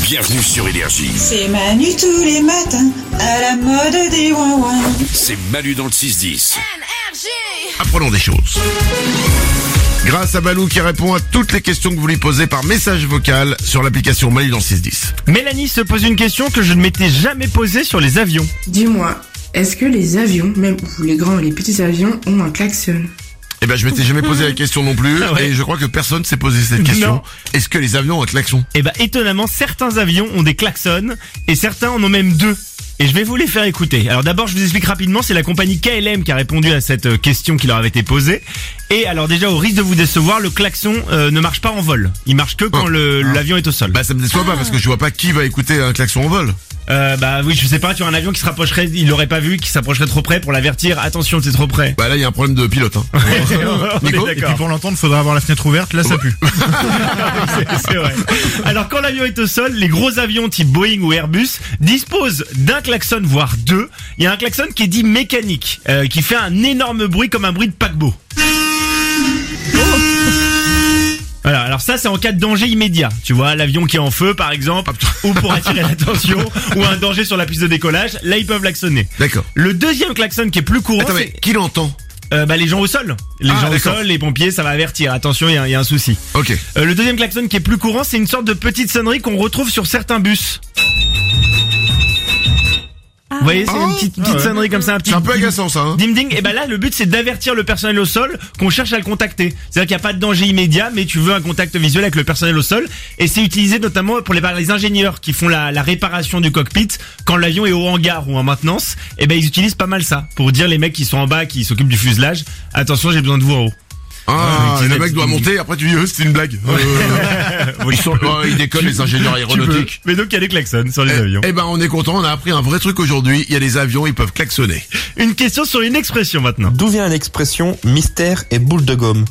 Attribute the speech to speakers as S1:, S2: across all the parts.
S1: Bienvenue sur Énergie.
S2: C'est Manu tous les matins, à la mode des ouin
S1: C'est Malu dans le 6-10.
S3: Apprenons des choses. Grâce à Balou qui répond à toutes les questions que vous lui posez par message vocal sur l'application Malu dans le 610.
S4: Mélanie se pose une question que je ne m'étais jamais posée sur les avions.
S5: Dis-moi, est-ce que les avions, même ou les grands et les petits avions, ont un klaxon
S3: Eh ben je m'étais jamais posé la question non plus
S4: Ah ouais.
S3: et je crois que personne s'est posé cette question.
S4: Non.
S3: Est-ce que les avions ont un klaxon
S4: Et bah étonnamment, certains avions ont des klaxons et certains en ont même deux. Et je vais vous les faire écouter. Alors d'abord, je vous explique rapidement, c'est la compagnie KLM qui a répondu à cette euh, question qui leur avait été posée. Et alors déjà, au risque de vous décevoir, le klaxon euh, ne marche pas en vol. Il marche que quand
S3: Oh.
S4: le- l'avion est au sol.
S3: Bah ça me déçoit pas parce que je vois pas qui va écouter un klaxon en vol.
S4: Euh, bah oui, je sais pas, tu as un avion qui se rapprocherait, il l'aurait pas vu, qui s'approcherait trop près pour l'avertir, attention, t'es trop près.
S3: Bah là il y a un problème de pilote. Hein.
S4: On est
S3: Nico,
S6: Et puis
S4: d'accord.
S6: pour l'entendre, faudra avoir la fenêtre ouverte, là ça pue.
S4: C'est- c'est vrai. Alors quand l'avion est au sol, les gros avions type Boeing ou Airbus disposent d'un klaxon voire deux. Il y a un klaxon qui est dit mécanique, euh, qui fait un énorme bruit comme un bruit de paquebot.
S6: Oh.
S4: Voilà, alors ça c'est en cas de danger immédiat, tu vois, l'avion qui est en feu par exemple, ou pour attirer l'attention, ou un danger sur la piste de décollage, là ils peuvent klaxonner.
S3: D'accord.
S4: Le deuxième klaxon qui est plus courant,
S3: Attends mais
S4: c'est
S3: qui l'entend
S4: euh, bah, les gens au sol. Les
S3: Ah,
S4: gens au
S3: d'accord.
S4: sol, les pompiers, ça va avertir, attention il y a un- il y a un souci.
S3: Ok.
S4: Euh, le deuxième klaxon qui est plus courant, c'est une sorte de petite sonnerie qu'on retrouve sur certains bus. Vous voyez, c'est
S3: Ah
S4: une
S3: ouais.
S4: petite, petite
S3: Ah ouais.
S4: sonnerie comme ça, un petit
S3: C'est un peu agaçant ça. Hein.
S4: ding ding. Et ben là, le but c'est d'avertir le personnel au sol qu'on cherche à le contacter. C'est-à-dire qu'il n'y a pas de danger immédiat, mais tu veux un contact visuel avec le personnel au sol. Et c'est utilisé notamment pour les, par les ingénieurs qui font la, la réparation du cockpit quand l'avion est au hangar ou en maintenance. Et ben ils utilisent pas mal ça pour dire les mecs qui sont en bas, qui s'occupent du fuselage, attention, j'ai besoin de vous en haut.
S3: Ah,
S4: Ouais,
S3: le
S4: petite-
S3: mec doit monter après tu dis euh, c'est une blague. Euh, ils sont, oh, ils déconnent les ingénieurs
S4: Tu peux.
S3: aéronautiques.
S4: Mais donc il y a des klaxons sur les avions.
S3: Eh, eh ben on est content, on a appris un vrai truc aujourd'hui. Il y a des avions, ils peuvent klaxonner.
S4: Une question sur une expression maintenant.
S7: D'où vient l'expression mystère et boule de gomme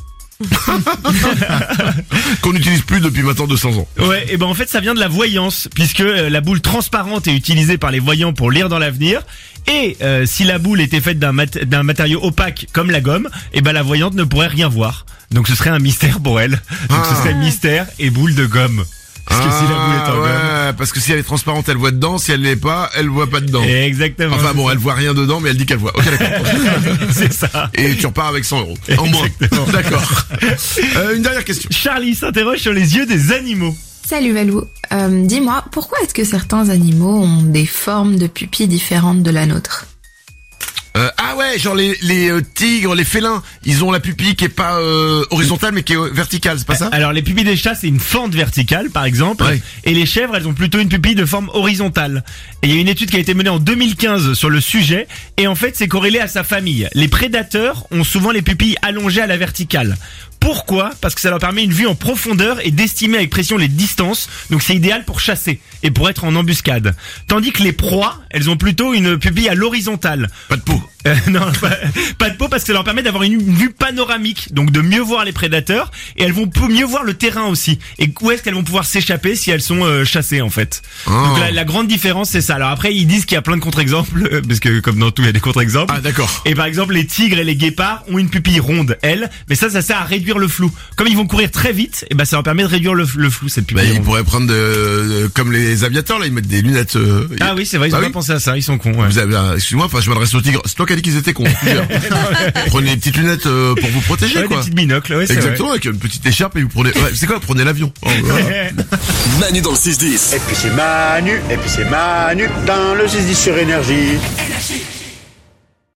S3: Qu'on n'utilise plus depuis maintenant 200 ans.
S4: Ouais, et ben en fait ça vient de la voyance, puisque euh, la boule transparente est utilisée par les voyants pour lire dans l'avenir. Et euh, si la boule était faite d'un mat- d'un matériau opaque comme la gomme, et ben la voyante ne pourrait rien voir. Donc ce serait un mystère pour elle. Donc ce
S3: Ah.
S4: serait mystère et boule de gomme. Parce que si la boule est en gomme.
S3: ouais, parce que si elle est transparente, elle voit dedans. Si elle l'est pas, elle voit pas dedans.
S4: Exactement.
S3: Enfin bon, elle voit rien dedans, mais elle dit qu'elle voit. Ok, d'accord.
S4: c'est ça.
S3: Et tu repars avec 100 euros. En moins. D'accord. Euh, une dernière question.
S4: Charlie s'interroge sur les yeux des animaux.
S8: Salut Valou, Euh, dis-moi, pourquoi est-ce que certains animaux ont des formes de pupilles différentes de la nôtre
S3: Euh, ah ouais, genre les, les euh, tigres, les félins, ils ont la pupille qui est pas euh, horizontale, mais qui est euh, verticale, c'est pas ça
S4: Alors les pupilles des chats c'est une fente verticale par exemple
S3: Ouais.
S4: et les chèvres elles ont plutôt une pupille de forme horizontale. Et il y a une étude qui a été menée en 2015 sur le sujet et en fait c'est corrélé à sa famille. Les prédateurs ont souvent les pupilles allongées à la verticale. Pourquoi Parce que ça leur permet une vue en profondeur et d'estimer avec pression les distances. Donc c'est idéal pour chasser et pour être en embuscade. Tandis que les proies, elles ont plutôt une pupille à l'horizontale.
S3: Pas de peau.
S4: Euh, non, pas, pas de peau parce que ça leur permet d'avoir une, une vue panoramique, donc de mieux voir les prédateurs et elles vont peu- mieux voir le terrain aussi. Et où est-ce qu'elles vont pouvoir s'échapper si elles sont euh, chassées en fait
S3: Ah.
S4: Donc la, la grande différence c'est ça. Alors après ils disent qu'il y a plein de contre-exemples euh, parce que comme dans tout il y a des contre-exemples.
S3: Ah d'accord.
S4: Et par exemple, les tigres et les guépards ont une pupille ronde, elles, mais ça, ça sert à réduire le flou. Comme ils vont courir très vite, et ben ça leur permet de réduire le, le flou cette
S3: Bah,
S4: pupille
S3: ils
S4: ronde.
S3: pourraient prendre de, de- comme les aviateurs là, ils mettent des lunettes. euh,
S4: Ah oui, c'est vrai, ils
S3: Bah
S4: ont
S3: oui.
S4: pas pensé à ça, ils sont cons. ouais.
S3: Vous avez, euh, excuse-moi, enfin, je m'adresse aux tigres. C'est toi qui as dit qu'ils étaient cons. plusieurs. prenez des petites lunettes euh, pour vous protéger,
S4: Ouais, des
S3: quoi.
S4: petites binocles, ouais, c'est vrai.
S3: Exactement, avec une petite écharpe et vous prenez. Ouais, c'est quoi Prenez l'avion. Oh, voilà.
S1: Manu dans le 6-10.
S9: Et puis c'est Manu, et puis c'est Manu dans le 6 sur énergie.